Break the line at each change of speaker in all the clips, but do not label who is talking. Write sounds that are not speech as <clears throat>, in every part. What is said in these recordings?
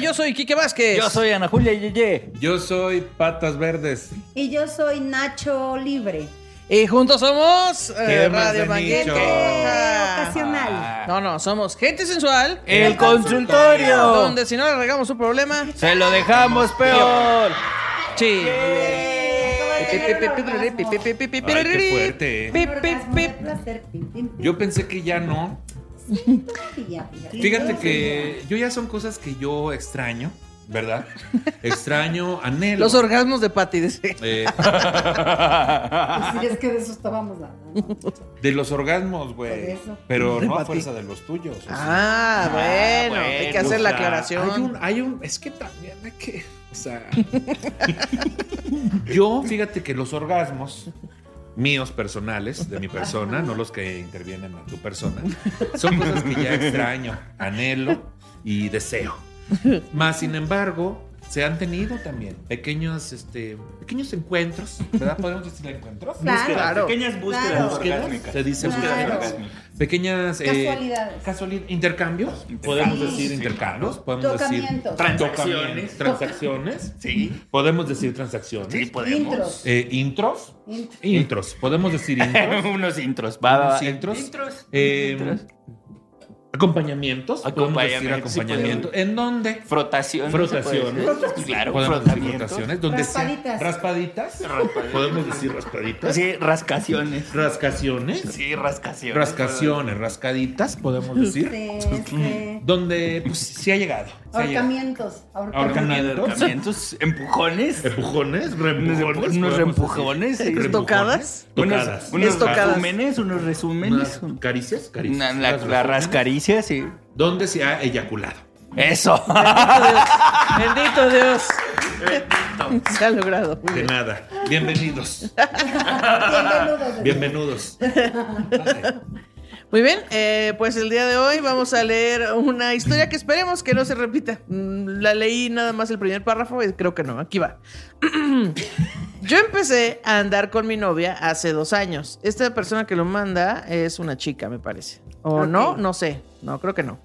yo soy Quique Vázquez.
Yo soy Ana Julia Yeye.
Yo soy Patas Verdes.
Y yo soy Nacho Libre.
Y juntos somos
¿Qué
eh,
más
Radio
han
Mangueque.
dicho? Ah.
Ajá.
Eh, Ocasional.
No, no, somos gente sensual.
El consultorio.
Donde si no le regamos un problema,
Se lo dejamos peor.
sí.
qué fuerte. Yo pensé que ya no. Fíjate que yo ya son cosas que yo extraño,
<laughs>
¿verdad? Extraño, anhelo.
Los orgasmos de Pati, dice.
Eh,
Si es que de eso estábamos hablando.
de los orgasmos,
Por
güey.
eso.
Pero no a
Repatí.
fuerza de los tuyos. o sea.
Ah, bueno, hay que
bueno,
hacer la
o sea,
aclaración.
Hay un, hay un, es que también hay que, o sea, <laughs> yo, fíjate que los orgasmos míos personales, de mi persona, no los que intervienen a tu persona, son cosas que ya extraño, anhelo y deseo. Más sin embargo, se han tenido también pequeños, este, pequeños encuentros, ¿verdad? Podemos decir encuentros.
Claro.
Pequeñas
Claro.
Búsquedas,
orgásmicas.
Se dice
Claro.
búsquedas orgásmicas. Pequeñas eh,
Casualidades.
casuali- intercambios. Podemos decir intercambios. Podemos decir
Tocamientos.
Tocamientos, Transacciones.
<laughs> Sí.
Podemos decir transacciones.
Sí, pues. podemos.
Intros.
Eh, intros.
Intros.
Intros.
<laughs>
Podemos decir intros.
<laughs> Unos intros. Ah, Va, va, va.
Unos intros.
Intros.
Eh,
Intros.
Acompañamientos. Podemos decir
Acompañamiento, sí,
acompañamiento. ¿En dónde?
Frotaciones.
Frotaciones.
se puede decir. Claro,
Podemos decir
frotamientos.
frotaciones, donde sea-
Raspaditas.
Raspaditas.
Raspaditas.
Podemos decir raspaditas.
Sí, rascaciones.
Rascaciones.
Sí, rascaciones.
Rascaciones, rascaditas, podemos decir. <laughs>
Este,
Donde pues sí ha llegado. sí ha llegado.
Ahorcamientos.
Ahorcamientos.
Entonces, empujones.
Empujones,
Unos
reempujones.
empu- Unos
podemos
empujones. sí.
decir.
¿Tocadas?
Tocadas.
Unos, unos
Estocadas.
resúmenes, unos resúmenes.
Unas caricias, caricias.
Una- la,
Las
la
resúmenes.
rascaricia, sí.
¿Dónde se ha eyaculado?
Eso.
Bendito Dios. <laughs> Se ha logrado.
De nada. <laughs> Bienvenidos.
Bienvenidos.
<laughs> Bienvenidos.
Muy bien, eh, pues el día de hoy vamos a leer una historia que esperemos que no se repita. Mm, La leí nada más el primer párrafo y creo que no. Aquí va. <clears throat> Yo empecé a andar con mi novia hace dos años. Esta persona que lo manda es una chica, me parece. ¿O
Ok.
no? No sé. No, creo que no.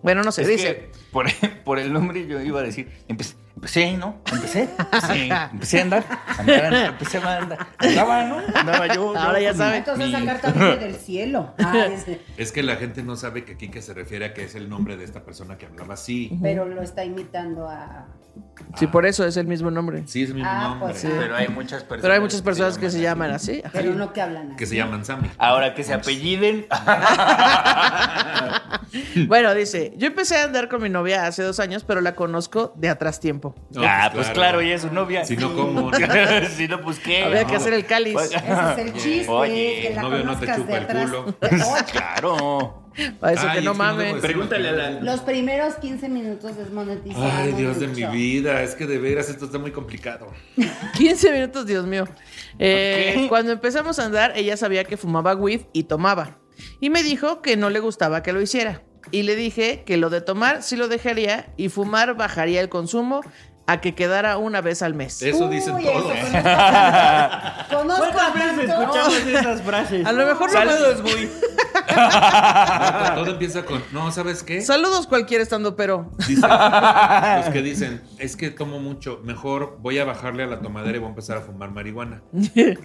Bueno, no sé.
Es
dice.
que por, e, por el nombre yo iba a decir, empecé, empecé ¿no? Empecé, empecé, empecé a andar, andar, andar, empecé a andar, andaba, ¿no? Andaba yo.
Ahora
yo
ya
con
saben.
Entonces
mi-
<laughs>
sacar también del cielo. Ah, ese.
Es que la gente no sabe que Kike se refiere a que es el nombre de esta persona que hablaba así.
Pero lo está imitando a.
Sí, por eso es el mismo nombre.
Sí, es el mismo
Ah,
nombre.
pues sí.
Pero hay muchas personas.
Pero hay muchas personas que se
así.
llaman así. Ajá.
Pero no que hablan.
Que se llaman Sammy.
<laughs> Ahora que se apelliden. ah,
Bueno, dice, yo empecé a andar con mi novia hace dos años, pero la conozco de atrás tiempo.
No,
ah, pues claro, ella es su novia.
Si no, ¿cómo?
<laughs> si no, pues qué.
Habría
No. Pues,
que hacer el cáliz.
Ese es el chiste.
Oye,
que la
novio no te
conozcas
chupa
de
el
atrás.
culo.
<laughs>
<laughs>
Claro.
Para eso
Ay,
que no
es que no debo
mamen.
decir.
Pues Pregúntale a la.
Los primeros 15 minutos desmonetizados.
Ay, Dios de mi
mucho.
vida, es que de veras esto está muy complicado.
15 minutos, Dios mío. Eh,
Ok.
Cuando empezamos a andar, ella sabía que fumaba weed y tomaba. Y me dijo que no le gustaba que lo hiciera. Y le dije que lo de tomar sí lo dejaría y fumar bajaría el consumo a que quedara una vez al mes.
Eso
Uy,
dicen
eso
todos.
<laughs>
conozco a- Conozco a tanto.
<laughs>
Pues, esas frases?
A lo mejor no-
Saludos, güey.
pues, Todo empieza con, no, ¿sabes qué?
Saludos cualquier estando pero. <laughs>
Dicen, los que dicen, es que tomo mucho, mejor voy a bajarle a la tomadera y voy a empezar a fumar marihuana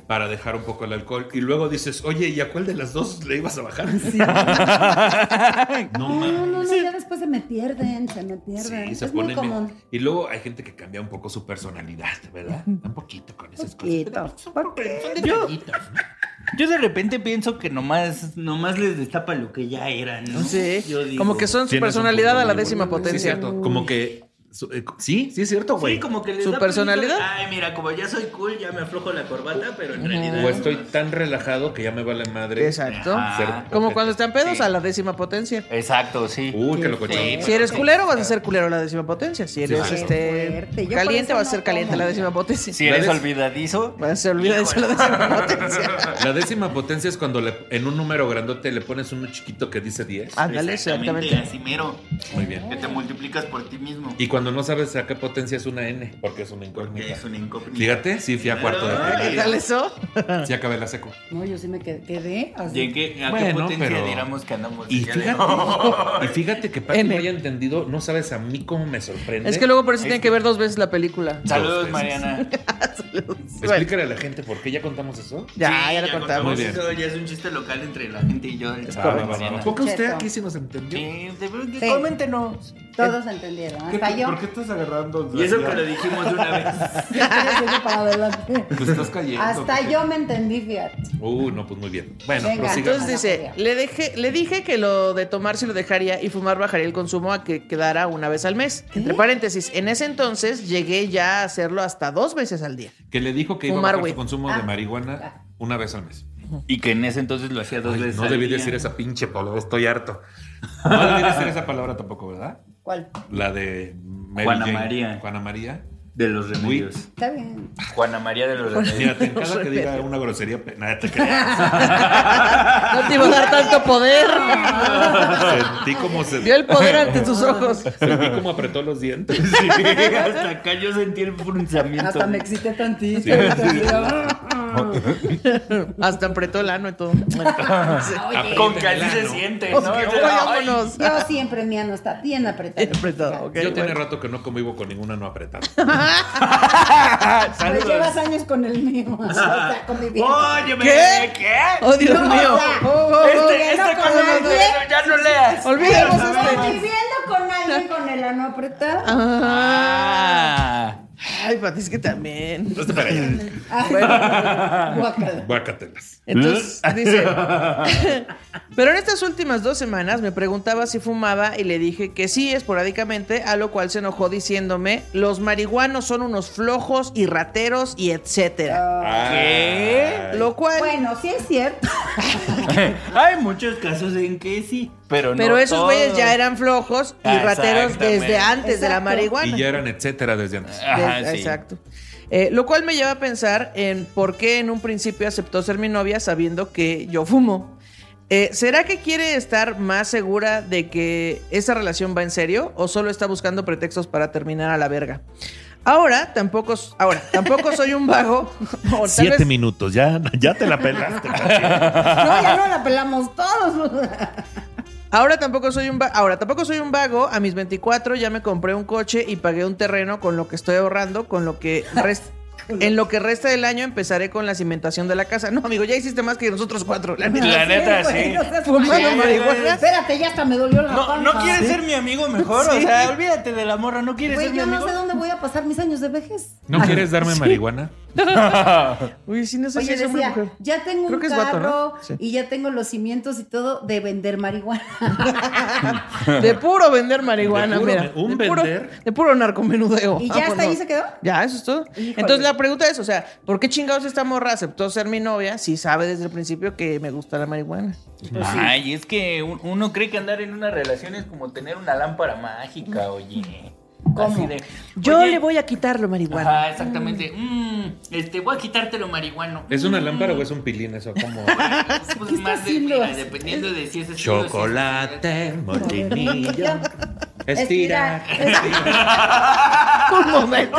para dejar un poco el alcohol. Y luego dices, oye, ¿y a cuál de las dos le ibas a bajar? <laughs> No,
No,
mames.
no, no, ya después se me pierden, se me pierden.
Sí, se
es muy
ponen bien.
común.
Y luego hay gente que cambia un poco su personalidad, ¿verdad? Un poquito con esas
Poquito,
cosas. Pero Son son
Yo-
detallitos, ¿no?
Yo de repente pienso que nomás, nomás les destapa lo que ya eran, ¿no?
Sí.
Yo digo-
Como que son su
Tienes un
personalidad
punto
a la
muy
décima
bueno. Sí, es
potencia.
cierto. Como que. su- eh, Sí, sí, es cierto, güey.
Sí, como que les
¿Su
da
personalidad?
permiso de, Ay, mira, como ya soy cool, ya me aflojo la corbata, pero en realidad.
O estoy tan relajado que ya me vale madre.
Exacto.
Ajá.
Como cuando están pedos
Sí.
a la décima potencia.
Exacto, sí.
Uy, que locochón.
Sí.
Si eres culero, vas a ser culero a la décima potencia. Si eres
sí, sí.
este
Fuerte. Yo por
caliente,
eso
vas a
no
ser caliente a la
tomo.
décima potencia.
Si eres
¿Sabes?
olvidadizo.
Vas a ser olvidar eso a la
<laughs>
décima potencia.
La décima potencia es cuando le- en un número grandote le pones uno chiquito que dice 10.
Ah. Ándale, exactamente.
así mero.
Muy bien.
Que te multiplicas por ti mismo.
Y cuando cuando no sabes a qué potencia es una N, porque es una
Porque
incógnita.
es un Ah. incógnito.
Fíjate, sí fui a cuarto de
Ay.
¿Qué tal eso?
Sí acabé la seco.
No, yo sí me qued- quedé. así.
¿Y en qué, a qué
Bueno,
potencia
pero-
diéramos que andamos?
Y
el día de
fíjate,
hoy? <laughs>
y <laughs> fíjate que para que
N.
no haya entendido, no sabes a mí cómo me sorprende.
Es que luego por eso tienen que ver dos veces la
<laughs>
película.
Dos
Saludos,
veces.
Mariana.
Bueno,
Explícale a la gente por qué ya contamos eso.
<laughs> ya,
Sí,
ya lo contamos.
Muy bien.
Eso ya es un chiste local entre la gente y yo. del
Va,
chavo de
va, Ah, va, va.
Mariana.
¿Por qué usted
Cierto.
aquí sí nos entendió?
Sí, te- pero que
Eh,
Sí.
coméntenos.
Todos entendieron.
¿Qué
Hasta
te-
yo.
¿Por qué
<laughs>
estás agarrando?
Y eso
la-
que lo dijimos de una vez.
Yo estoy haciendo
<laughs>
para adelante.
Te estás cayendo.
Hasta yo me entendí, fíjate.
Uh, no, pues muy bien. Bueno,
Venga.
prosigamos.
Entonces dice, le, dejé, le dije que lo de tomar sí lo dejaría y fumar bajaría el consumo a que quedara una vez al mes. Entre paréntesis, en ese entonces llegué ya a hacerlo hasta dos veces al
<laughs>
día.
Que le dijo que iba
Fumar,
a bajar
güey.
su consumo de
Ah.
marihuana una vez al mes.
<laughs> Y que en ese entonces lo hacía dos
Ay,
veces.
no
al
debí
día.
decir esa pinche palabra, estoy harto. <laughs> No debí decir esa palabra tampoco, ¿verdad?
¿Cuál?
La de Mary
Juana
Jane.
María.
Juana María.
De los remedios.
Está bien.
Juana María de los remedios.
Fíjate, en cada que diga una grosería, pe- nada te creas.
No te iba a dar tanto
<laughs>
poder.
Sentí como se.
Vio el poder ante tus ojos.
Sentí como apretó los dientes.
Hasta acá yo sentí el frunzamiento.
Hasta me excité tantito. <laughs>
Sí.
Hasta apretó el ano y
<laughs>
todo. Bueno, sí.
Ah,
Oye,
Con que así se siente, ¿no?
Pues,
O sea,
oye,
ay, <laughs>
vámonos.
yo siempre mi ano está bien apretado.
Apretado, ok.
Yo tiene
bueno.
rato que no convivo con ninguna no apretada.
Pero
saludos.
llevas años con el mío. O sea, está conviviendo.
Óyeme,
¿Qué?
¿Qué?
Oh, Dios
No,
mío.
o sea,
Oh, oh, oh.
Este,
no,
esta
no,
cosa
no,
no,
no.
ya no leas.
Olvidemos
Pero
este.
Conviviendo con alguien con el ano apretado.
Ah.
Ah.
Ay, Pati, es que también.
No esté para allá.
Ay, guácala.
Guácatelas.
Entonces dice,
<laughs>
pero en estas últimas dos semanas me preguntaba si fumaba y le dije que sí, esporádicamente, a lo cual se enojó diciéndome, los marihuanos son unos flojos y rateros y etcétera. ¿Eh?
¿Qué?
Lo cual,
Ah. Bueno, sí es cierto.
<laughs> Hay muchos casos en que sí, pero no
pero esos
todos. Ah,
güeyes ya eran flojos y rateros
Exactamente.
desde antes de la
Exacto.
marihuana.
Y ya eran etcétera desde antes.
Ajá,
Des-
sí.
Exacto. Eh, lo cual me lleva a pensar en por qué en un principio aceptó ser mi novia sabiendo que yo fumo. Eh, ¿Será que quiere estar más segura de que esa relación va en serio o solo está buscando pretextos para terminar a la verga? Ahora tampoco, s- ahora, tampoco soy un vago. <laughs> o tal vez-
minutos, ya, <laughs> ya te
<laughs>
la pelaste.
No, ya no la pelamos todos.
Ahora tampoco soy un va- ahora tampoco soy un vago, a mis 24 ya me compré un coche y pagué un terreno con lo que estoy ahorrando, con lo
<laughs>
que res- en lo que resta del año empezaré con la cimentación de la casa. No, amigo, ya hiciste más que nosotros cuatro. la neta.
La neta, sí.
<laughs> Fumando
Sí,
marihuana.
Espérate, ya hasta me dolió la
No, no
panza.
quieres ser mi amigo mejor, o
Sí.
sea, olvídate de la morra, no quieres
Güey,
ser mi
yo no
amigo.
sé dónde voy a pasar mis años de vejez.
¿No quieres darme marihuana?
Uy, sí, no sé si
Oye,
es hombre o
decía,
mujer.
ya tengo
Creo
un
que es vato, ¿no?
carro
Sí.
y ya tengo los cimientos y todo de vender marihuana.
De puro vender marihuana,
De puro-
mira.
un
de puro,
vender.
De puro narcomenudeo.
¿Y
Ah,
ya
pues
hasta ahí
no.
se quedó?
Ya, eso es todo.
Híjole.
Entonces la pregunta es, o sea, ¿por qué chingados esta morra aceptó ser mi novia si sabe desde el principio que me gusta la marihuana?
Ay, es que un- uno cree que andar en una relación es como tener una lámpara mágica, oye. Así de,
Yo
oye,
le voy a quitar lo marihuana.
Ajá, exactamente. Mm, este, voy a quitártelo marihuano. <laughs>
¿Es una lámpara o es un pilín eso? Como
<laughs> Pues
¿Qué está
más de-
haciendo?
mira, dependiendo de si es estilo, si es-
chocolate,
<laughs>
molinillo,
<laughs>
estirar.
Un momento.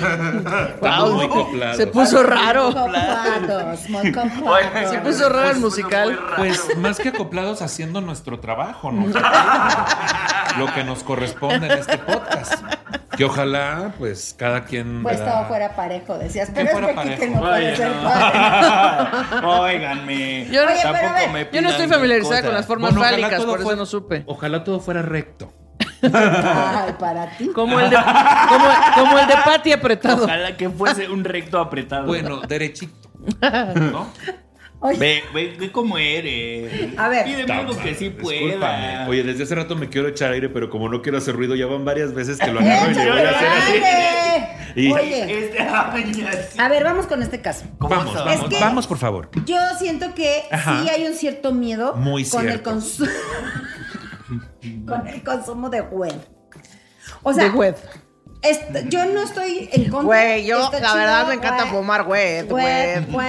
Estamos muy coplados.
Se puso raro.
Coplados, muy
Oye,
coplados.
Se puso raro el
uno
musical.
fue raro.
Pues más que acoplados haciendo nuestro
<laughs>
trabajo, ¿no? Lo que nos corresponde en este podcast. Que ojalá, pues, cada quien.
Pues
¿verdad?
todo fuera parejo, decías.
Que
Pero es
fuera
que aquí
parejo.
que no puede
Oye,
ser
<laughs>
no.
parejo.
Óiganme.
Yo no- Oye,
pero a ver,
me
Yo no estoy
pidan
familiarizada
cosas.
con las formas
Bueno, ojalá
fálicas,
todo
por eso
fuera-
no supe.
Ojalá todo fuera recto.
Ay, para ti.
Como el de, como, como el de Patty apretado.
Ojalá que fuese un recto apretado.
Bueno, derechito. ¿No?
Oye,
Ve, ve, ve cómo eres.
A ver.
Pídeme
Puta
algo
madre,
que sí
discúlpame.
pueda.
Oye, desde hace rato me quiero echar aire, pero como no quiero hacer ruido, ya van varias
<laughs>
veces que lo agarro y le voy a hacer así.
así.
¡Échale,
Y-
Oye,
Este, <laughs> ay, así.
a ver, vamos con este caso.
¿Cómo
Vamos,
son?
vamos,
Es que-
vamos, por favor.
Yo siento que
Ajá.
sí hay un cierto miedo
Muy
con el
cierto.
<laughs> consumo con el consumo de web. O sea,
de web.
Est- yo no estoy en contra.
Güey, yo
Está
la
este chido,
verdad me encanta
güey.
fumar wet,
Güey,
wet.
güey,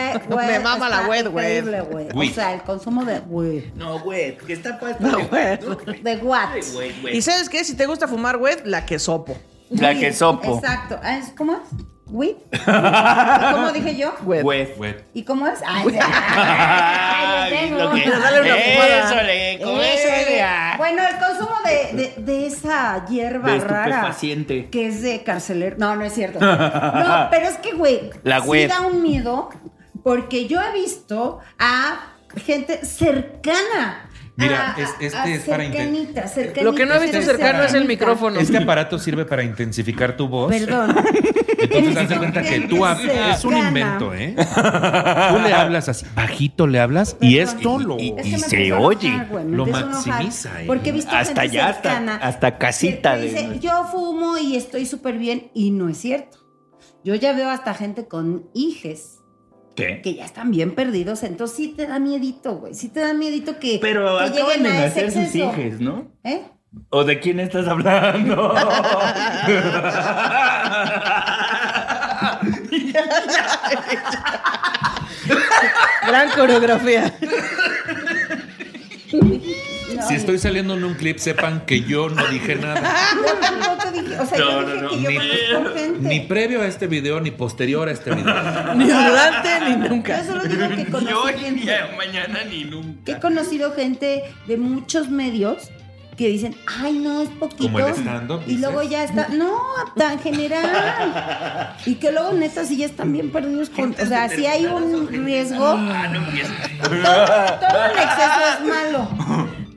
<laughs>
güey.
Me mama
Está
la wet, güey.
increíble, güey.
Güey.
O sea, el consumo de güey.
No, güey, que está pa-
No, güey.
No, güey.
De what?
Ay, güey, güey.
¿Y sabes qué? Si te gusta fumar wet, la que sopo.
La que sopo.
Exacto. Ah, es- ¿Cómo es? Weed. ¿Y ¿Cómo dije yo?
Wet.
Güey.
Güey,
¿Y cómo es? Ay, sí.
<laughs>
Ay,
Ay,
le
lo
tengo.
que-
Dale una fumada.
Eso, le- con
Eh,
eso, le- ah.
Bueno, el consumo de, de- de esa hierba
De
rara.
estupefaciente.
Que es de carcelero. No, no es cierto. No, pero es que, güey,
La
sí
güey.
da un miedo porque yo he visto a gente cercana.
Mira,
a-
es-
a-
este
a
es para inten-
cercanita, cercanita,
Lo que no he visto cercano es el micrófono.
Este aparato sirve para intensificar tu voz.
Perdón.
Entonces, haz de
Eres
cuenta que
gente
tú hab-
cercana.
Es un invento, ¿eh? Tú le hablas así, bajito le hablas y
Perdón.
esto lo.
Es que me
Y se
empiezo a
oye.
enojar, güey, me
Lo
empiezo a enojar,
maximiza, ¿eh?
Porque he visto
Hasta
gente
ya, hasta-
cercana
hasta casita
que- que
de-
dice, yo fumo y estoy súper bien. Y no es cierto. Yo ya veo hasta gente con hijes
¿Qué?
que ya están bien perdidos. Entonces sí te da miedito, güey. Sí te da miedito que,
Pero
que
acaban de
lleguen a ese
nacer sus
exceso.
hijos, ¿no?
¿Eh?
¿O de quién estás hablando?
Gran coreografía.
<laughs> No,
Si estoy saliendo en un clip, sepan que yo no dije nada.
yo tampoco dije- o sea, yo
No, no,
dije
no,
que yo conozco gente.
Ni previo a este video, ni posterior a este video.
Ni durante ni nunca.
<laughs> yo solo
<laughs>
digo
<laughs>
que
Ni
conozco
hoy,
gente.
ni a- mañana, ni nunca.
He conocido gente de muchos medios que dicen, ay, no, es poquito.
Como el stand-up,
Y luego ya está, no, tan general. y que luego, neta, sí ya están bien perdidos. Con, o sea, si hay un riesgo,
Ah, no empiezo.
todo en exceso es malo.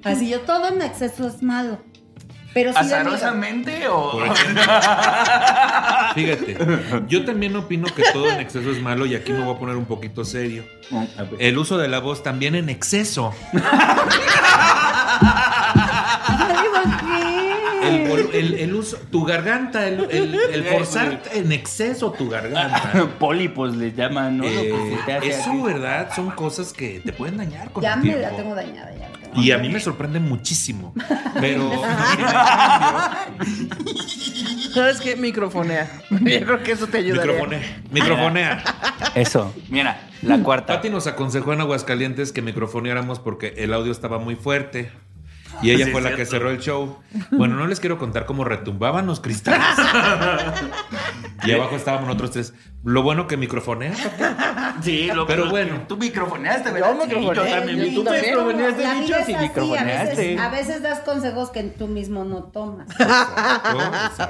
Así yo, todo en exceso es malo. Pero sí da miedo.
¿Azarosamente o...? <laughs>
Fíjate, yo también opino que todo en exceso es malo y aquí me voy a poner un poquito serio.
A ver.
El uso de la voz también en exceso.
Ay, bajé.
El, vol- el- el uso, tu garganta, el, el- el forzar en exceso tu garganta.
<laughs> Pólipos les llaman, pues, ¿no? Lo que
Eh,
se te hace
eso,
aquí.
¿verdad? Son cosas que te pueden dañar con
Ya
el
me
tiempo.
la tengo dañada. Ya la tengo
Y a
dañada.
mí me sorprende
<laughs>
muchísimo. Pero <laughs>
¿Sabes qué? Microfonea. Yo creo que eso te ayuda.
microfonea, microfonea.
Ah. Eso. Mira, la
Mm.
cuarta.
Pati nos aconsejó en Aguascalientes que microfoneáramos porque el audio estaba muy fuerte. Y ella
Sí,
fue
es
la que
cierto.
cerró el show. Bueno, no les quiero contar cómo retumbaban los cristales.
<laughs>
y abajo estábamos nosotros tres. Lo bueno que
<laughs>
microfonea.
Sí, lo
Pero bueno.
Tú microfoneaste, ¿verdad?
Yo microfoneé,
Sí, yo también.
yo
Tú
también.
microfoneaste,
La vida
dicho,
es
sí,
así, a veces,
microfoneaste.
a veces das consejos que tú mismo no tomas.
Oh,
Así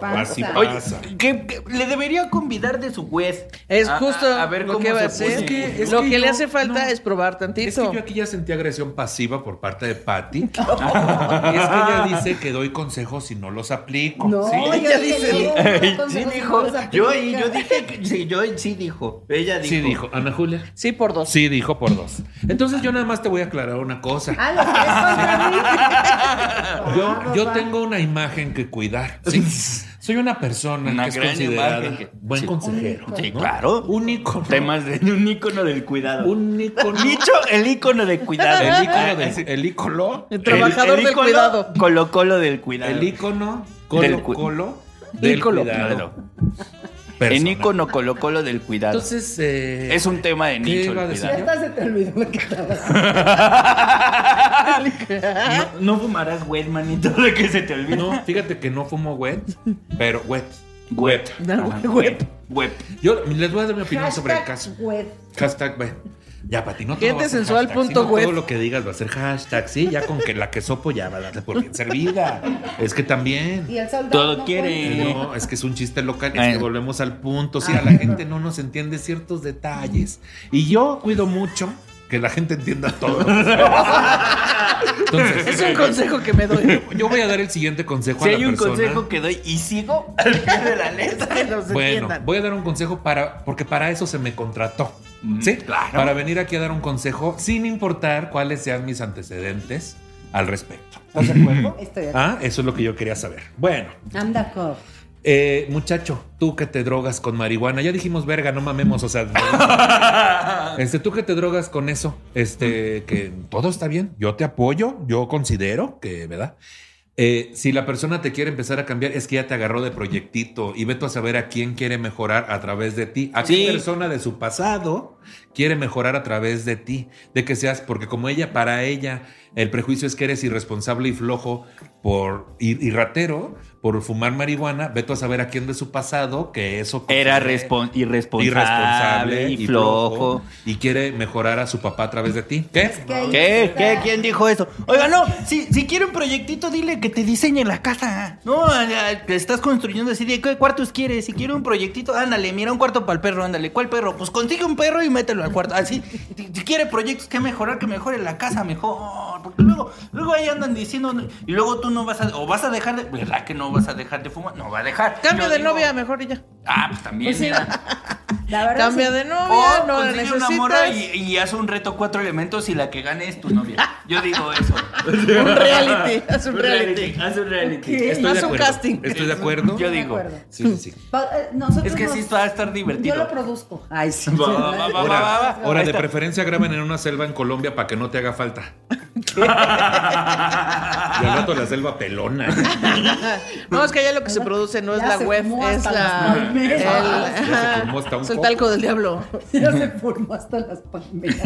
pasa.
Así pasa.
Oye, que, que le debería convidar de su juez.
Es
A-
justo
ah, a, a ver
lo
cómo
que va a
se
hacer.
pone.
Es que- es
lo
que
que, le
yo-
hace falta
no.
es probar tantito.
Es que yo aquí ya sentí agresión pasiva por parte de Patty. es que ella dice que doy consejos y no los aplico.
No,
Sí.
yo
ella
dije,
dice-
luego uno
Eh, <laughs> Sí
consejos
dijo,
no los
yo,
aplica.
yo dije, que- sí, yo sí dijo, ella dijo.
Sí dijo. Ana Julia.
Sí, por dos.
Sí dijo por dos. Entonces yo nada más te voy a aclarar una cosa.
Ah, los tres contra mí.
Yo,
Ah,
yo
papá.
tengo una imagen que cuidar. ¿sí? Soy una persona
Una
que es
gran
considerada
imagen que-
buen
sí.
consejero.
Sí,
¿no?
claro.
Un ícono.
Temas de un ícono del cuidado.
Un ícono.
Nicho, el ícono del cuidado.
El
Ah, <laughs>
ícono.
sí.
del- el ícono.
El trabajador del
ícono
cuidado.
Colo Colo del cuidado.
El ícono.
Del
Colo,
cu-
colo. Del
Ícono.
cuidado.
El
Persona.
ícono Colo Colo del cuidado.
Entonces. eh,
es un tema de
¿qué
nicho.
iba a
el
decir?
Ya
cuidado.
hasta se te olvidó lo que estabas.
<laughs> No, no fumarás güey, manito, de que se te olvide.
No,
<laughs>
fíjate que no fumo wet, pero wet.
Web.
No,
Ajá,
web.
Web.
Yo les voy a dar mi opinión sobre el
Hashtag
caso.
web.
Hashtag, güey. Ya, Pati, no
Gente
todo va a ser
sensual
hashtag,
punto
sino
web.
Todo lo que digas va a ser hashtag, sí. Ya con que la que sopo ya va a darse por bien servida. Es que
Y
también.
el soldado
Todo
no
quiere.
cuenta.
No, es que es un chiste local. Es
Ay.
que volvemos al punto. Sí, a la gente no nos entiende ciertos detalles. Y yo cuido mucho que la gente entienda
<laughs>
todo.
Es
Entonces,
un consejo que me
<laughs>
doy.
yo voy a dar el siguiente consejo
Si
a la
hay un
persona.
consejo que doy y sigo al pie de la letra.
Que los
Bueno,
entiendan.
voy a dar un consejo para, porque para eso se me contrató.
Mm,
¿Sí?
claro.
Para venir aquí a dar un consejo sin importar cuáles sean mis antecedentes al respecto.
¿Estás de acuerdo?
Estoy aquí.
Ah, eso es lo que yo quería saber. Bueno,
Anda, cor.
eh, muchacho, tú que te drogas con marihuana, ya dijimos verga, no mamemos, o sea, no. este, tú que te drogas con eso, este, que todo está bien, yo te apoyo, yo considero que, ¿verdad? eh, si la persona te quiere empezar a cambiar, es que ya te agarró de proyectito y ve tú a saber a quién quiere mejorar a través de ti, a
Sí.
qué persona de su pasado quiere mejorar a través de ti, de que seas, porque como ella, para ella, el prejuicio es que eres irresponsable y flojo por, y, y ratero por fumar marihuana, ve tú a saber a quién de su pasado que eso
Era
considera-
respon- irresponsable, y, flojo.
y quiere mejorar a su papá a través de ti. ¿Qué?
que ahí
¿Qué?
está.
¿Qué? ¿Quién dijo eso? Oiga, no, si, si quiere un proyectito, dile que te diseñe la casa. No, ah, ah, te estás construyendo así de qué cuartos quieres. Si quiere un proyectito, ándale, mira un cuarto para el perro, ándale. ¿Cuál perro? Pues consigue un perro y mételo al cuarto. Así, si, si quiere proyectos que mejorar, que mejore la casa mejor. Porque luego, luego ahí andan diciendo, y luego tú no vas a, o vas a dejar de, ¿verdad que no vas a dejar de fumar? No va a dejar.
Cambio
Yo
de
digo,
novia, mejor y ya.
Ah, pues también.
Pues sí.
mira.
La verdad
Cambia
sí.
de novia,
O
no la
Oh, consigue una morra
necesitas.
y, y haz un reto cuatro elementos y la que gane es tu
<laughs>
novia. Yo digo eso.
Un
<laughs>
reality, haz un reality.
Haz un reality.
Ok.
Haz
de
un
acuerdo.
casting.
Estoy de acuerdo.
Yo
De
digo.
acuerdo.
Sí,
<laughs>
sí, sí.
Pa- eh, nosotros
Es que
nos-
sí va a estar
Yo
divertido.
lo produzco. Ay, sí.
<laughs> Va, va, va, va,
Ahora,
va, va.
ahora,
Ahí
de
está.
preferencia graben en una selva en Colombia para que no te
<laughs>
haga falta. <laughs> y al rato la
<laughs>
selva pelona.
Ah. No, es que allá lo que se produce no es
Ya
la
se
web,
fumó
es
hasta
la.
las palmeras.
el-
Ya se fumó hasta un
es el
coco.
talco del diablo.
<laughs> Ya se formó hasta las palmeras.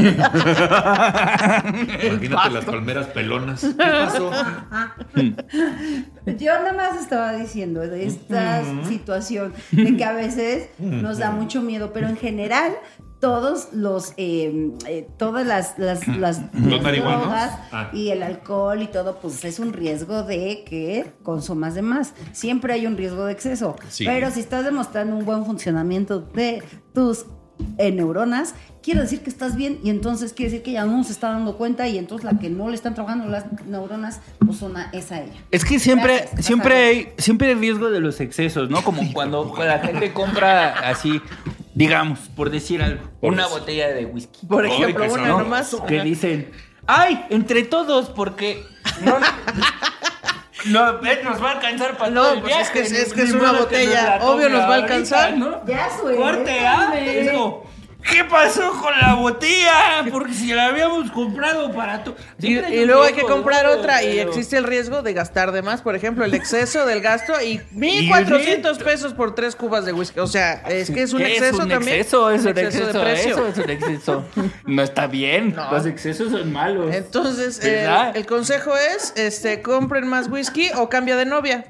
Imagínate las palmeras pelonas. ¿Qué pasó?
Yo nada más estaba diciendo de esta situación, de que a veces nos da mucho miedo, pero en general todos los, eh, eh, todas las,
<clears throat>
las, las, las
marihuanos?
drogas
Ah.
y el alcohol y todo, pues es un riesgo de que consumas de más. Siempre hay un riesgo de exceso,
Sí.
pero si estás demostrando un buen funcionamiento de tus eh, neuronas, quiere decir que estás bien y entonces quiere decir que ya no se está dando cuenta y entonces la que no le están trabajando las neuronas, pues una, es a ella.
Es que siempre,
Gracias,
siempre
ajá.
hay, siempre hay riesgo de los excesos, ¿no? Como cuando la gente compra así, digamos, por decir algo,
Por
una
decir.
botella de whisky.
Por
Ay,
ejemplo,
qué
una
sabroso.
nomás.
que dicen, ay, entre todos, porque no,
<laughs>
no, eh, nos va a alcanzar para
No,
todo el
pues es que-
viaje,
es que es
ni
una
modo que
botella,
la
obvio
tome
nos va a
ahorita,
alcanzar.
¿no?
Ya suéltame.
Corte A, es como, ¿qué pasó con la botella? Porque si la habíamos comprado para tu...
Y,
Siempre
y
un
luego hay que
riesgo,
comprar
¿no?
otra y
Pero-
existe el riesgo de gastar de más, por ejemplo, el exceso del gasto y 1400 pesos por tres cubas de whisky. O sea, es que es un
¿Qué
exceso
es un
también.
Exceso, es un
exceso
exceso,
de precio.
eso es un exceso. No está bien,
No.
los excesos son malos.
Entonces, el,
pues. ¿Verdad?
el consejo es, este, compren más whisky o cambia de novia.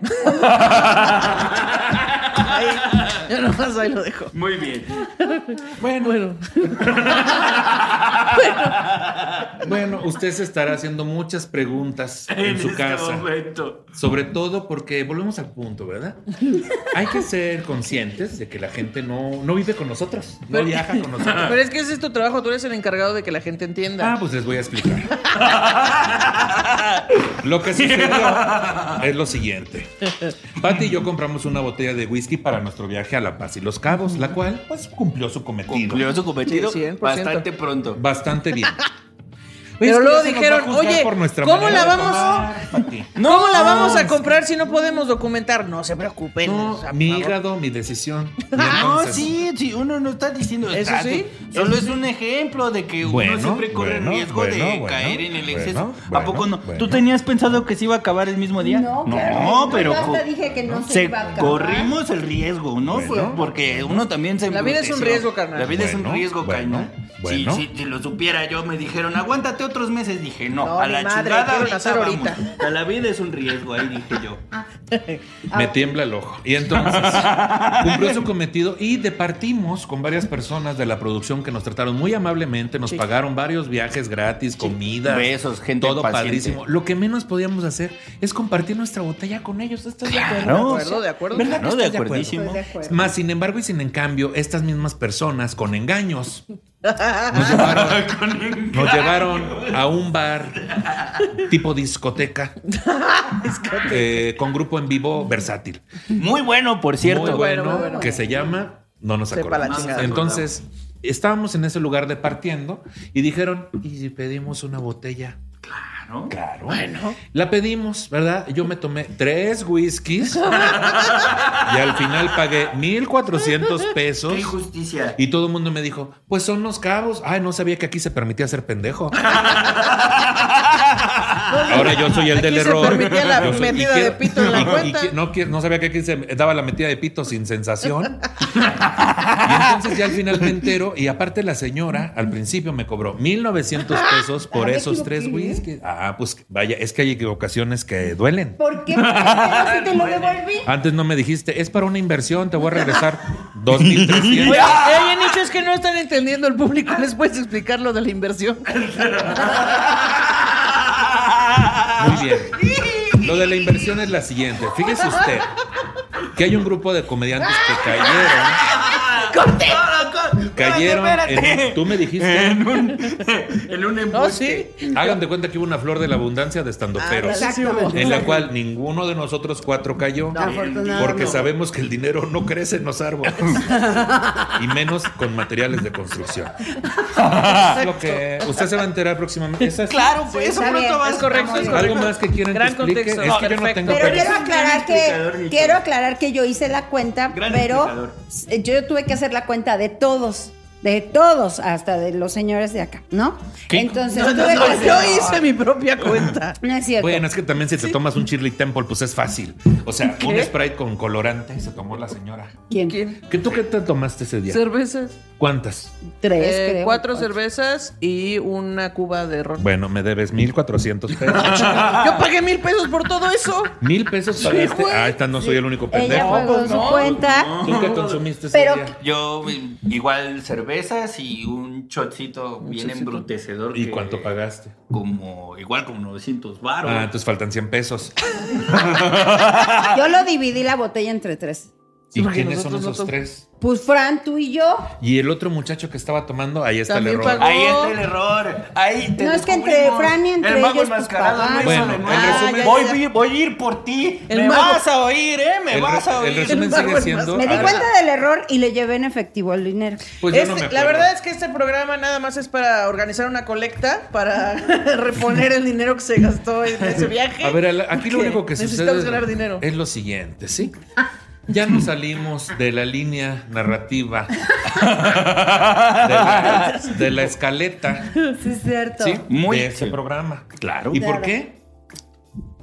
Ahí, yo nomás ahí lo dejo.
Muy bien.
Bueno, bueno. usted se estará haciendo
<laughs>
muchas preguntas en su casa.
este momento.
Sobre todo porque volvemos al punto, ¿verdad? Hay que ser conscientes de que la gente no, no vive con nosotros, no viaja con nosotros.
Pero es que ese es tu trabajo, tú eres el encargado de que la gente entienda.
Ah, pues les voy a explicar. lo que sucedió es lo siguiente. Patty y yo compramos una botella de whisky para nuestro viaje a La Paz y Los Cabos, la cual pues cumplió su cometido.
Cumplió su cometido
Sí, 100%.
bastante pronto.
<laughs>
Bastante bien.
Pero
Es que
luego
ya se nos va a
dijeron,
juzgar
"Oye,
por nuestra
¿cómo
manera
la
de
vamos-
tomar, Patty".
¿Cómo la vamos a comprar si no podemos documentar? No se preocupen. o sea,
No,
por
mi
favor. Ah,
hígado,
<laughs>
mi decisión. Y
No,
entonces-
sí, sí, uno no está diciendo
Eso
está-
sí.
Solo es un ejemplo de que
Bueno,
uno siempre corre el
bueno,
riesgo de
bueno,
caer en
bueno,
el exceso.
bueno,
¿A poco no?
bueno.
¿Tú tenías pensado que se iba a acabar el mismo día?
No, claro que no.
pero.
Yo hasta
co-
dije que no se iba a acabar.
Corrimos el riesgo, ¿no?
Bueno.
Porque uno también se.
La vida es un
embruteció.
riesgo, carnal.
La vida es un
Bueno,
riesgo,
bueno,
carnal.
bueno.
Si, si- si lo supiera yo, me dijeron, aguántate otros meses. Dije, no,
No,
a
ni
la
madre,
chingada
quiero
ahorita
nacer
vamos.
ahorita.
A la vida es un riesgo, ahí dije yo.
Me tiembla el ojo. Y entonces
<laughs>
cumplió su cometido y departimos con varias personas de la producción que nos trataron muy amablemente, nos pagaron varios viajes gratis, comida,
Besos, gente
todo
paciente.
padrísimo. Lo que menos podíamos hacer es compartir nuestra botella con ellos. ¿Estás de
De
acuerdo?
acuerdo, de acuerdo.
¿Verdad que
No, de
estás de acuerdo?
acuerdísimo.
Estoy de acuerdo.
Más sin embargo y sin en cambio, estas mismas personas con engaños nos
<laughs>
llevaron, nos llevaron a un bar
<laughs>
tipo discoteca eh, con grupo en vivo versátil.
Muy bueno, por cierto.
Muy bueno,
Muy bueno.
que se llama No nos
Sepa la
acordamos.
chingada.
Entonces, estábamos en ese lugar departiendo y dijeron, ¿y si pedimos una botella?
¿no?
Claro. Bueno. La pedimos, ¿verdad? Yo me tomé tres whiskies y al final pagué 1,400 pesos.
Qué
<laughs>
injusticia.
Y todo el mundo me dijo, pues son los cabos. Ay, no sabía que aquí se permitía ser pendejo.
No
<laughs> Ahora yo soy el
Aquí
del
se
error.
permitía la
Yo soy- y
metida de pito en la cuenta.
qui- no, qui- no sabía que aquí se daba la metida de pito sin sensación. Y entonces ya al final me entero. Y aparte la señora al principio me cobró 1.900 pesos por
Ah, me
esos tres
equivoqué.
whiskies. Ah, pues vaya, es que hay equivocaciones que duelen.
¿Por qué? ¿Por qué no se te lo devolví?
Antes no me dijiste, es para una inversión, te voy a regresar
<laughs>
2.300.
Oye, eh, hay un hecho es que no están entendiendo el público. ¿Les puedes explicar lo de la inversión?
Muy bien. Lo de la inversión es la siguiente. Fíjese usted que hay un grupo de comediantes que cayeron. Cayeron en un- Tú me dijiste.
En un em-,
No,
embuste.
sí.
Hagan de cuenta que hubo una flor de la abundancia de estandoperos.
Ah,
Exactamente.
En la cual ninguno de nosotros cuatro cayó.
Afortunadamente.
Porque sabemos que el dinero no crece en los árboles. y menos con materiales de construcción.
Ah,
Es lo que usted se va a enterar próximamente. Esa es-
Claro, pues eso
está bien,
pronto vas
es correcto,
es
Algo más que quieran
Gran
que explique.
contexto.
Es que yo no
Perfecto.
tengo
Pero
Pero
quiero
es un gran
aclarar
explicador,
que
Nicho.
quiero aclarar que yo hice la cuenta,
Gran
pero
explicador.
s- yo tuve que hacer la cuenta de todos, de todos, hasta de los señores de acá, ¿no? Entonces
<laughs> No,
tuve
no,
que
no, pues, yo
hacer-
hice mi propia cuenta.
No es cierto.
Bueno, es que también si te tomas un Shirley Temple, pues es fácil. O sea, un Sprite con colorante se tomó la señora.
¿Quién?
¿Quién?
¿Qué tú qué te tomaste ese día?
Cervezas.
¿Cuántas?
Tres,
Eh,
creo.
cuatro cervezas y una cuba de <laughs> ron.
Bueno, me debes 1400 pesos.
Yo pagué mil pesos por todo eso.
Mil pesos pagaste.
güey.
Ah, esta no soy el único
Ella
pendejo.
pagó su cuenta.
¿Tú qué consumiste ese
Pero-
día?
Yo eh, igual cervezas y un shotcito bien embrutecedor.
¿Y
que-
cuánto pagaste?
Como, igual como 900 baros.
Ah, entonces faltan 100 pesos.
Yo lo dividí la botella entre tres.
Sí,
¿Y
porque
quiénes son
nosotros no
esos
somos-
tres?
Pues Fran, tú y yo.
Y el otro muchacho que estaba tomando, ahí está
También
el error.
pagó.
Ahí está el error. Ahí te
No, es que entre
descubrimos.
Fran y entre
el mago
ellos,
enmascarado
pues,
no hizo
Bueno,
de
en
nuevo.
resumen-
voy, voy- voy a ir por ti.
El
me
mago-
vas a oír, ¿eh? Me
El
vas
re-
a oír.
el resumen sigue siendo.
Me di
Ah,
cuenta del error y le llevé en efectivo el dinero.
Pues yo no
Este-
me
la
acuerdo.
verdad es que este programa nada más es para organizar una colecta para <laughs> reponer el dinero que se gastó
<laughs>
en ese viaje.
A ver, al- aquí lo
Porque
único que
necesitamos
sucede
ganar dinero.
es lo siguiente, ¿sí? Ya nos salimos de la línea narrativa de la, de la escaleta,
<laughs> Sí, es cierto.
¿sí?
Muy
de ese
bien.
programa.
Claro.
¿Y
Claro.
por qué?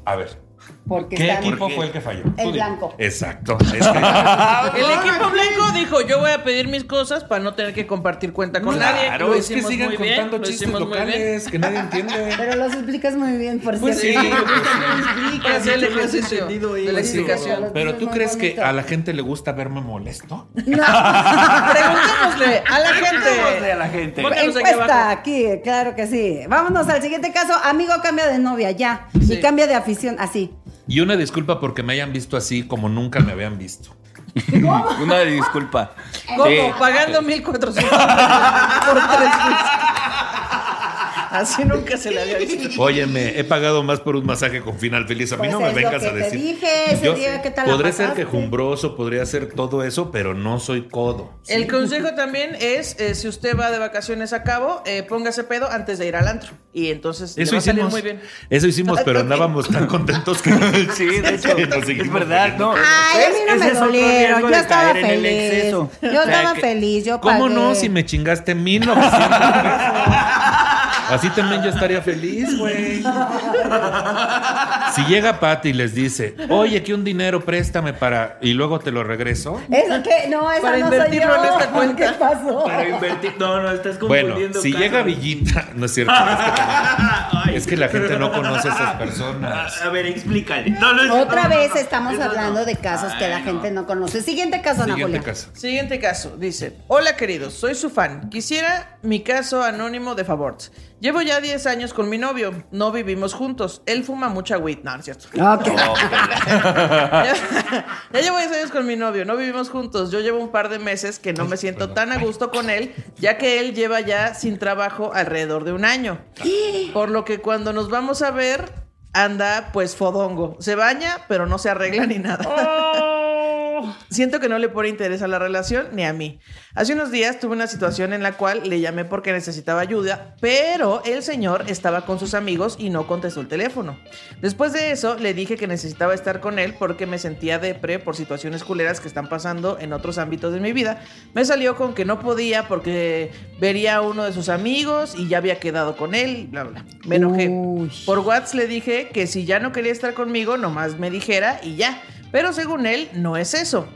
A ver,
Porque
¿qué
están-
equipo
qué?
fue el que falló?
El
Tú di.
blanco.
Exacto. es que-
El equipo blanco dijo, yo voy a pedir mis cosas para no tener que compartir cuenta con
Claro,
nadie. Lo
es que
hicimos
sigan
muy bien,
contando
lo
chistes
hicimos muy bien. <laughs>
locales que nadie entiende.
Pero los explicas muy bien, por
Pues sí,
cierto. <laughs>
Para hacer el
Yo no he
ejercicio
entendido
de la
eso.
<laughs>
explicación.
Pero
Es
¿tú
muy
crees que
bonito.
a la gente le gusta verme molesto?
Preguntémosle a la
Preguntémosle a
gente.
la gente.
Bueno, Pónganos aquí
Encuesta
abajo.
aquí, claro que sí. Vámonos al siguiente caso. Amigo cambia de novia, ya.
Sí.
Y cambia de afición, así.
Y una disculpa porque me hayan visto así como nunca me habían visto.
Una <laughs> disculpa.
¿Cómo?
Sí.
Pagando 1400 pesos por tres
<laughs>
whiskies. Así nunca se le había visto.
Óyeme, he pagado más por un masaje con final feliz. A mí
Pues
no me
es lo
vengas
que
a
te
decir.
dije ese
Yo
día, ¿qué tal la
podré ser
pasaste?
quejumbroso, podría ser todo eso, pero no soy codo.
El consejo también es, eh, si usted va de vacaciones a cabo, eh, póngase pedo antes de ir al antro. Y entonces le
Eso
va a salir
hicimos,
muy bien.
eso hicimos, pero andábamos tan
<laughs>
contentos que
Ah, Sí, de hecho,
Nos
es
seguimos
verdad, ¿no?
Ay, a mí no
Ese
me
es otro
dolieron.
riesgo
Yo
de
estaba
caer en el
feliz.
exceso.
Yo
O sea,
estaba
que-
feliz, yo pagué.
¿Cómo no? Si me chingaste 1900 pesos. Así también yo estaría feliz, güey. Si llega Pati y les dice, oye, que un dinero préstame para. y luego te lo regreso.
Eso que no, esa
Para
no soy
invertirlo
yo.
en esta cuenta.
<laughs> ¿Qué pasó?
Para invertir. No, no, estás
Bueno,
confundiendo.
si
casos. Ah,
llega Villita, no es cierto. es que
Ay,
Es que la gente no conoce a esas
<laughs>
personas.
A a ver, explícale. No, no, es-
Otra
no, no,
vez
no.
estamos
Eso no.
hablando de casos que la
Ay,
gente no conoce. Siguiente caso, Ana
Siguiente
Julia.
caso.
Siguiente caso, dice, hola queridos, soy su fan. Quisiera mi caso anónimo de favor. Llevo ya 10 años con mi novio, no vivimos juntos, él fuma mucha weed, no, no es cierto.
Ok.
ya, <laughs> ya llevo 10 años con mi novio, no vivimos juntos, yo llevo un par de meses que no me siento tan a gusto con él, ya que él lleva ya sin trabajo alrededor de un año. Por lo que cuando nos vamos a ver, anda pues fodongo, se baña, pero no se arregla ni nada. Siento que no le pone interés a la relación ni a mí. Hace unos días tuve una situación en la cual le llamé porque necesitaba ayuda, pero el señor estaba con sus amigos y no contestó el teléfono. Después de eso, le dije que necesitaba estar con él porque me sentía depre por situaciones culeras que están pasando en otros ámbitos de mi vida. Me salió con que no podía porque vería a uno de sus amigos y ya había quedado con él, y bla, bla. Me enojé.
Uh.
Uy.
Por WhatsApp le dije que si ya no quería estar conmigo, nomás me dijera y ya. Pero según él, no es eso.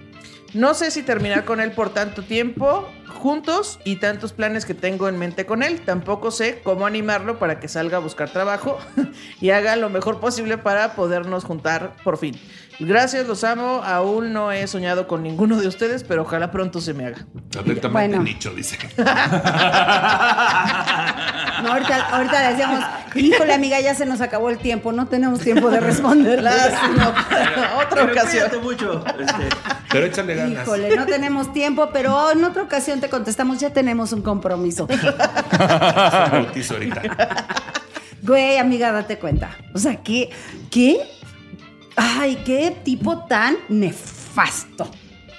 No sé si terminar con él por tanto tiempo juntos y tantos planes que tengo en mente con él. Tampoco sé cómo animarlo para que salga a buscar trabajo <laughs> y haga lo mejor posible para podernos juntar por fin. Gracias, los amo. Aún no he soñado con ninguno de ustedes, pero ojalá pronto se me haga.
Atentamente
Bueno.
Nicho, dice.
No, ahorita, ahorita decíamos, híjole amiga, ya se nos acabó el tiempo, no tenemos tiempo de responderla. <laughs>
Lástima.
<laughs>
Otra
Pero
ocasión.
cuídate mucho. Este,
Pero échale ganas. <laughs>
Híjole, no tenemos tiempo, pero en otra ocasión te contestamos, ya tenemos un compromiso.
Se bautizo ahorita.
Güey, amiga, date cuenta. O sea, ¿qué? ¿Qué? Ay, qué tipo tan nefasto.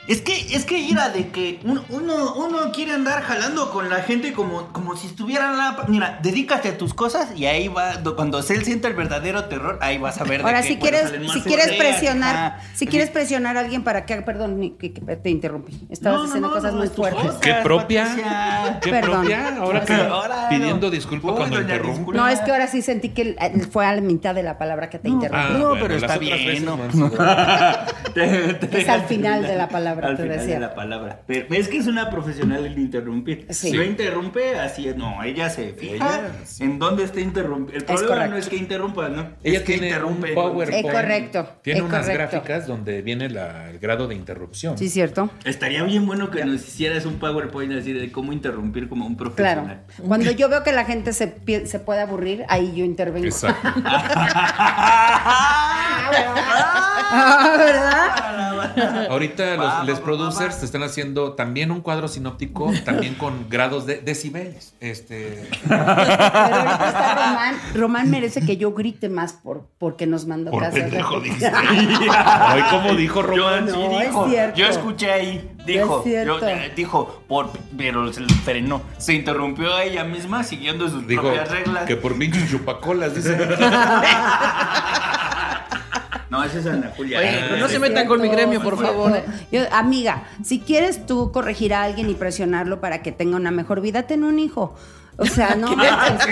Es que, es que ira de que uno, uno, uno quiere andar jalando con la gente como, como si estuvieran la... Mira, dedícate a tus cosas y ahí va, do- cuando él sienta el verdadero terror, ahí vas a ver. de
Ahora,
qué
si
cuero
quieres,
salen más
si quieres
ideas.
presionar,
Ajá.
si quieres presionar a alguien para que haga, perdón, ni- que, que te interrumpí. Estabas
No, no,
diciendo
no,
cosas
no,
muy
tus
fuertes.
cosas,
Qué propia. <laughs>
Patricia.
Qué
Perdón.
propia. Ahora que
Ahora,
pidiendo
no.
disculpa
Uy,
cuando
doña
interrumpo.
disculpa.
No, es que ahora sí sentí que eh, fue a la mitad de la palabra que te interrumpí.
No,
Ah, bueno,
pero
las
está
otras
bien,
veces
¿no?
no
<laughs>
han sido-
Te- te-
Es al final de la palabra,
Al
te
final
decía.
de la palabra. Pero es que es una profesional el interrumpir.
Sí.
Si no interrumpe, así es. No, ella se fija
Ella, sí.
en dónde está interrumpiendo. El problema
correcto.
no es que interrumpa, ¿no?
Ella
es que
tiene un PowerPoint.
Es correcto,
Tiene
es
unas
correcto.
gráficas donde viene la- el grado de interrupción.
Sí, cierto.
Estaría bien bueno que nos hicieras un PowerPoint así de cómo interrumpir como un
Claro.
profesional.
Cuando yo veo que la gente se, pi- se puede aburrir, ahí yo intervengo.
Exacto.
<laughs> Ah, ¿verdad?
<laughs>
Ahorita los
Va,
les
va,
producers
va, va.
te están haciendo también un cuadro sinóptico,
<laughs>
también con grados de decibeles.
<laughs>
Este,
Pero ahorita está Román. Román merece que yo grite más por, porque nos mandó
por
casas. <laughs>
pendejo dice.
<laughs>
Ay, como dijo Román.
Yo, sí
No, es
dijo,
cierto.
yo escuché ahí, dijo,
es cierto.
yo, eh, dijo, por, pero se le frenó, se interrumpió a ella misma siguiendo sus
Dijo
propias reglas.
que por pinches
<laughs>
chupacolas, dice.
No, esa es Ana Julia.
Oye,
Ah,
pero no
sí.
se
<laughs>
metan con mi gremio, por favor. ¿eh?
Yo- amiga, si quieres tú corregir a alguien y presionarlo para que tenga una mejor vida, ten un hijo. O
<laughs>
sea,
Ah,
no manches,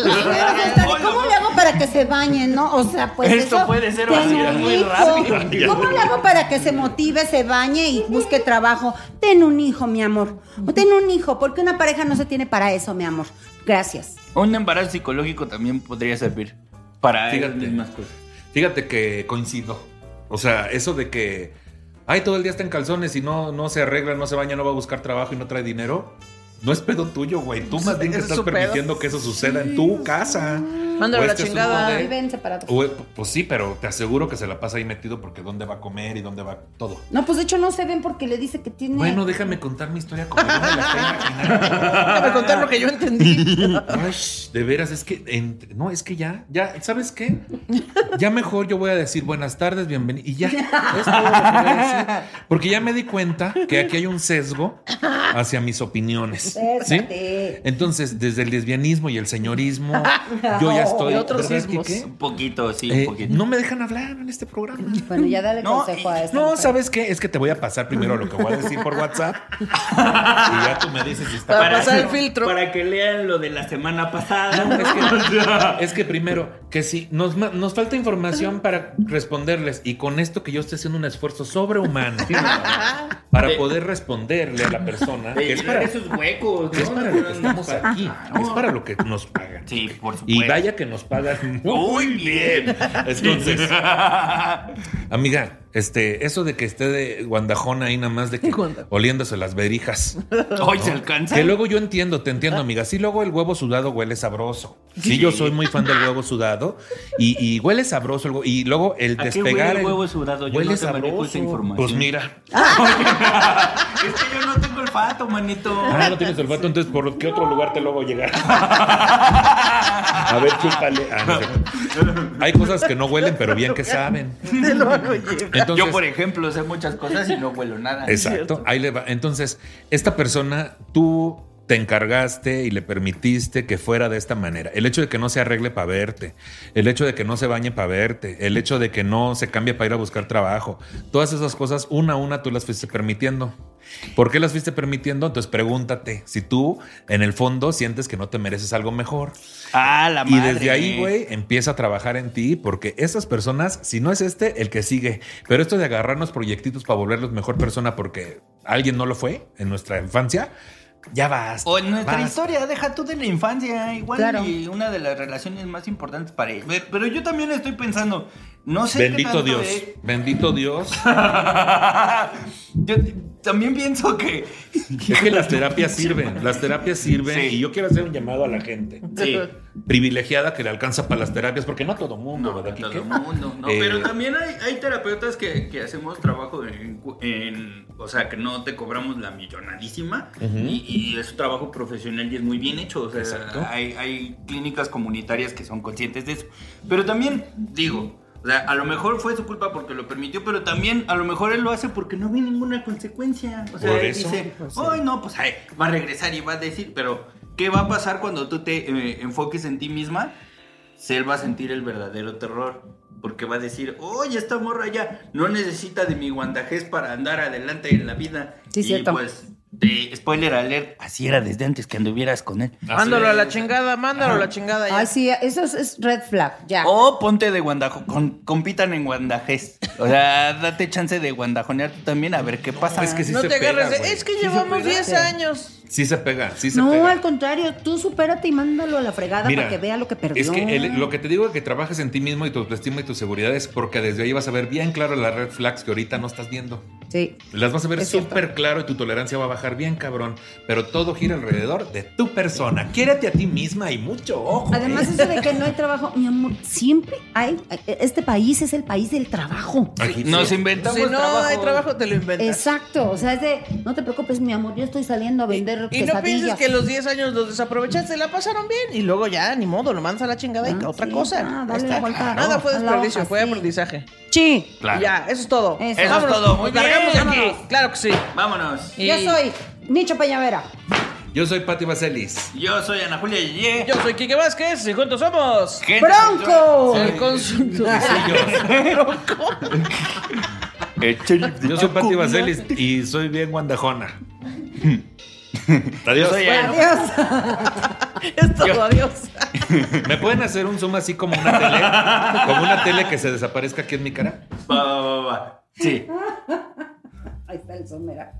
o sea,
¿Cómo le hago para que se bañe, no? O sea, pues
Esto
eso,
puede ser
ten
vacío,
un
muy
hijo.
rápido.
¿Cómo le hago para que se motive, se bañe y busque trabajo? Ten un hijo, mi amor. O ten un hijo, porque una pareja no se tiene para eso, mi amor. Gracias.
Un embarazo psicológico también podría servir para este,
Fíjate.
las mismas cosas.
Fíjate que coincido. O sea, eso de que, ay, todo el día está en calzones y no, no se arregla, no se baña, no va a buscar trabajo y no trae dinero. No es pedo tuyo, güey. Tú más bien que
Pues, Ese es
estás
su pedo.
permitiendo que eso suceda en tu casa.
Mándalo
O
a la
este es un
chingada.
modelo.
viven separados.
Ué, p- pues sí, pero te aseguro que se la pasa ahí metido porque dónde va a comer y dónde va todo.
No, pues de hecho no se ven porque le dice que tiene.
Bueno, déjame contar mi historia como yo me la estoy imaginando.
<laughs> Déjame contar lo que yo
<laughs>
entendí.
Ay, de veras, es que en- no, es que ya, ya, ¿sabes qué? Ya mejor yo voy a decir buenas tardes, bienvenido. Y ya, es todo lo que voy a decir. Porque ya me di cuenta que aquí hay un sesgo hacia mis opiniones. ¿sí?
Espérate.
Entonces, desde el lesbianismo y
<laughs>
el señorismo, yo ya estoy.
Y otros
¿verdad que
sismos.
qué?
Un poquito, sí, un
Eh,
poquito.
no me dejan hablar en este programa.
Bueno, ya dale
No,
consejo a esta
No,
mujer.
¿sabes qué? Es que te voy a pasar primero lo que voy a decir por WhatsApp. <laughs> y ya tú me dices si está
Para pasar el filtro.
Para que lean lo de la semana pasada. <laughs>
Es que <laughs> primero, que si nos, ma- nos falta información para responderles y con esto que yo estoy haciendo un
<laughs>
esfuerzo sobrehumano para poder responderle a
<laughs>
la persona,
De
que es para,
llenar esos huecos,
que es
¿no?
para lo que estamos
Para-
aquí, es para lo que nos pagan.
Sí, Oh. por supuesto.
Y vaya que nos pagan
Muy bien.
<laughs>
<laughs>
Entonces, amiga, este, eso de que esté de guandajón ahí nada más de que
Guandajón.
oliéndose las berijas.
Hoy se alcanza.
Que luego yo entiendo, te
Ah.
entiendo, amiga. Sí, luego el huevo sudado huele sabroso. Sí, yo soy muy fan del huevo sudado y, y huele sabroso. el hue- Y luego el
¿A qué
despegar.
huele el
el-
huevo sudado? Yo
huele
no te manejo
sabroso.
esa información.
Pues mira.
Es que yo no tengo olfato, manito.
Ah, no tienes olfato, entonces ¿por qué otro lugar te lo voy a llegar? <laughs> A
<laughs>
ver, chúpale. Ah, no sé. Hay cosas que no huelen, pero bien que saben.
Te lo hago llegar.
Entonces,
Yo, por ejemplo, sé muchas cosas y no vuelo nada.
Exacto. Ahí le va. Entonces, esta persona, tú te encargaste y le permitiste que fuera de esta manera. El hecho de que no se arregle para verte, el hecho de que no se bañe para verte, el hecho de que no se cambie para ir a buscar trabajo, todas esas cosas, una a una, tú las fuiste permitiendo. ¿Por qué las fuiste permitiendo? Entonces pregúntate si tú en el fondo sientes que no te mereces algo mejor.
Ah, la
Y
madre.
desde ahí, güey, empieza a trabajar en ti porque esas personas, si no es este, el que sigue. Pero esto de agarrarnos proyectitos para volverlos mejor persona porque alguien no lo fue en nuestra infancia, ya basta.
O en nuestra
basta.
historia, deja tú de la infancia, igual
Claro.
y una de las relaciones más importantes para ellos. Pe- Pero yo también estoy pensando, no sé. qué
Bendito
tanto
Dios,
de-
bendito Dios.
yo t- también pienso que.
Es que las terapias sirven, las terapias sirven
Sí.
y yo quiero hacer un llamado a la gente
<laughs> Sí.
privilegiada que le alcanza para las terapias porque no todo mundo,
No,
¿verdad?
todo
Quique?
el mundo. No,
Eh,
pero también hay, hay terapeutas que, que hacemos trabajo en, cu- en- O sea, que no te cobramos la millonadísima. y, y es un trabajo profesional y es muy bien hecho. O sea,
Exacto.
hay, hay clínicas comunitarias que son conscientes de eso. Pero también, digo. O sea, a lo mejor fue su culpa porque lo permitió, pero también a lo mejor él lo hace porque no ve ninguna consecuencia. O sea,
Por
él
eso.
dice, ay no, pues ay, va a regresar y va a decir, pero ¿qué va a pasar cuando tú te eh, enfoques en ti misma? se él va a sentir el verdadero terror. Porque va a decir, oye, esta morra ya no necesita de mi guandajés para andar adelante en la vida.
Sí,
y
cierto.
pues, te- spoiler alert,
Así era desde antes que anduvieras con él.
Mándalo a la chingada, mándalo a la chingada. ya.
Ay, sí, eso es, es red flag, ya.
Oh,
O ponte de guandajo, con- compitan en guandajés. O sea, date chance de guandajonear tú también a ver qué pasa.
es que sí
no
se
te agarres
pega,
de.
güey.
Es que llevamos 10 años.
Sí se pega, sí se
no,
pega.
al contrario, tú supérate y mándalo a la fregada
Mira,
para que vea lo que perdió.
Es que el- lo que te digo es que trabajes en ti mismo y tu autoestima y tu seguridad es porque desde ahí vas a ver bien claro las red flags que ahorita no estás viendo.
Sí.
Las vas a ver
Es cierto.
súper claro y tu tolerancia va a bajar bien, cabrón. Pero todo gira alrededor de tu persona. Quiérete a ti misma y mucho ojo. ¿eh?
Además, eso de que no hay trabajo, mi amor, siempre hay. Este país es el país del trabajo.
Ay,
Nos
sí.
inventamos
Si no
trabajo.
hay trabajo, te lo inventas.
Exacto, o sea, es de, no te preocupes, mi amor, yo estoy saliendo a vender
Y no pienses
quesadillas.
que los 10 años los desaprovechaste, la pasaron bien y luego ya, ni modo, lo mandas a la chingada y
Ah,
otra
sí,
cosa.
ah, dale
Ya
la
está.
vuelta a-
Nada fue
a la
desperdicio,
hoja,
fue
sí.
aprendizaje.
Sí,
Claro.
Y Ya, eso es todo.
Eso. Eso es
todo, muy
nos largamos
bien.
de aquí.
Vámonos.
Claro que sí.
vámonos.
Y-
yo soy Nicho Peñavera.
Yo soy Pati Vaselis.
Yo soy Ana Julia Yeye.
Yo soy Quique Vázquez y juntos somos
Gente
¡Bronco!
el consultor.
<laughs>
Yo soy Pati Vaselis y soy bien guandajona. Adiós.
Adiós.
es todo, <laughs> adiós.
¿Me pueden hacer un zoom así como una tele? Como una tele que se desaparezca aquí en mi cara.
Va, va, va, va. Sí.
Ahí está el somera.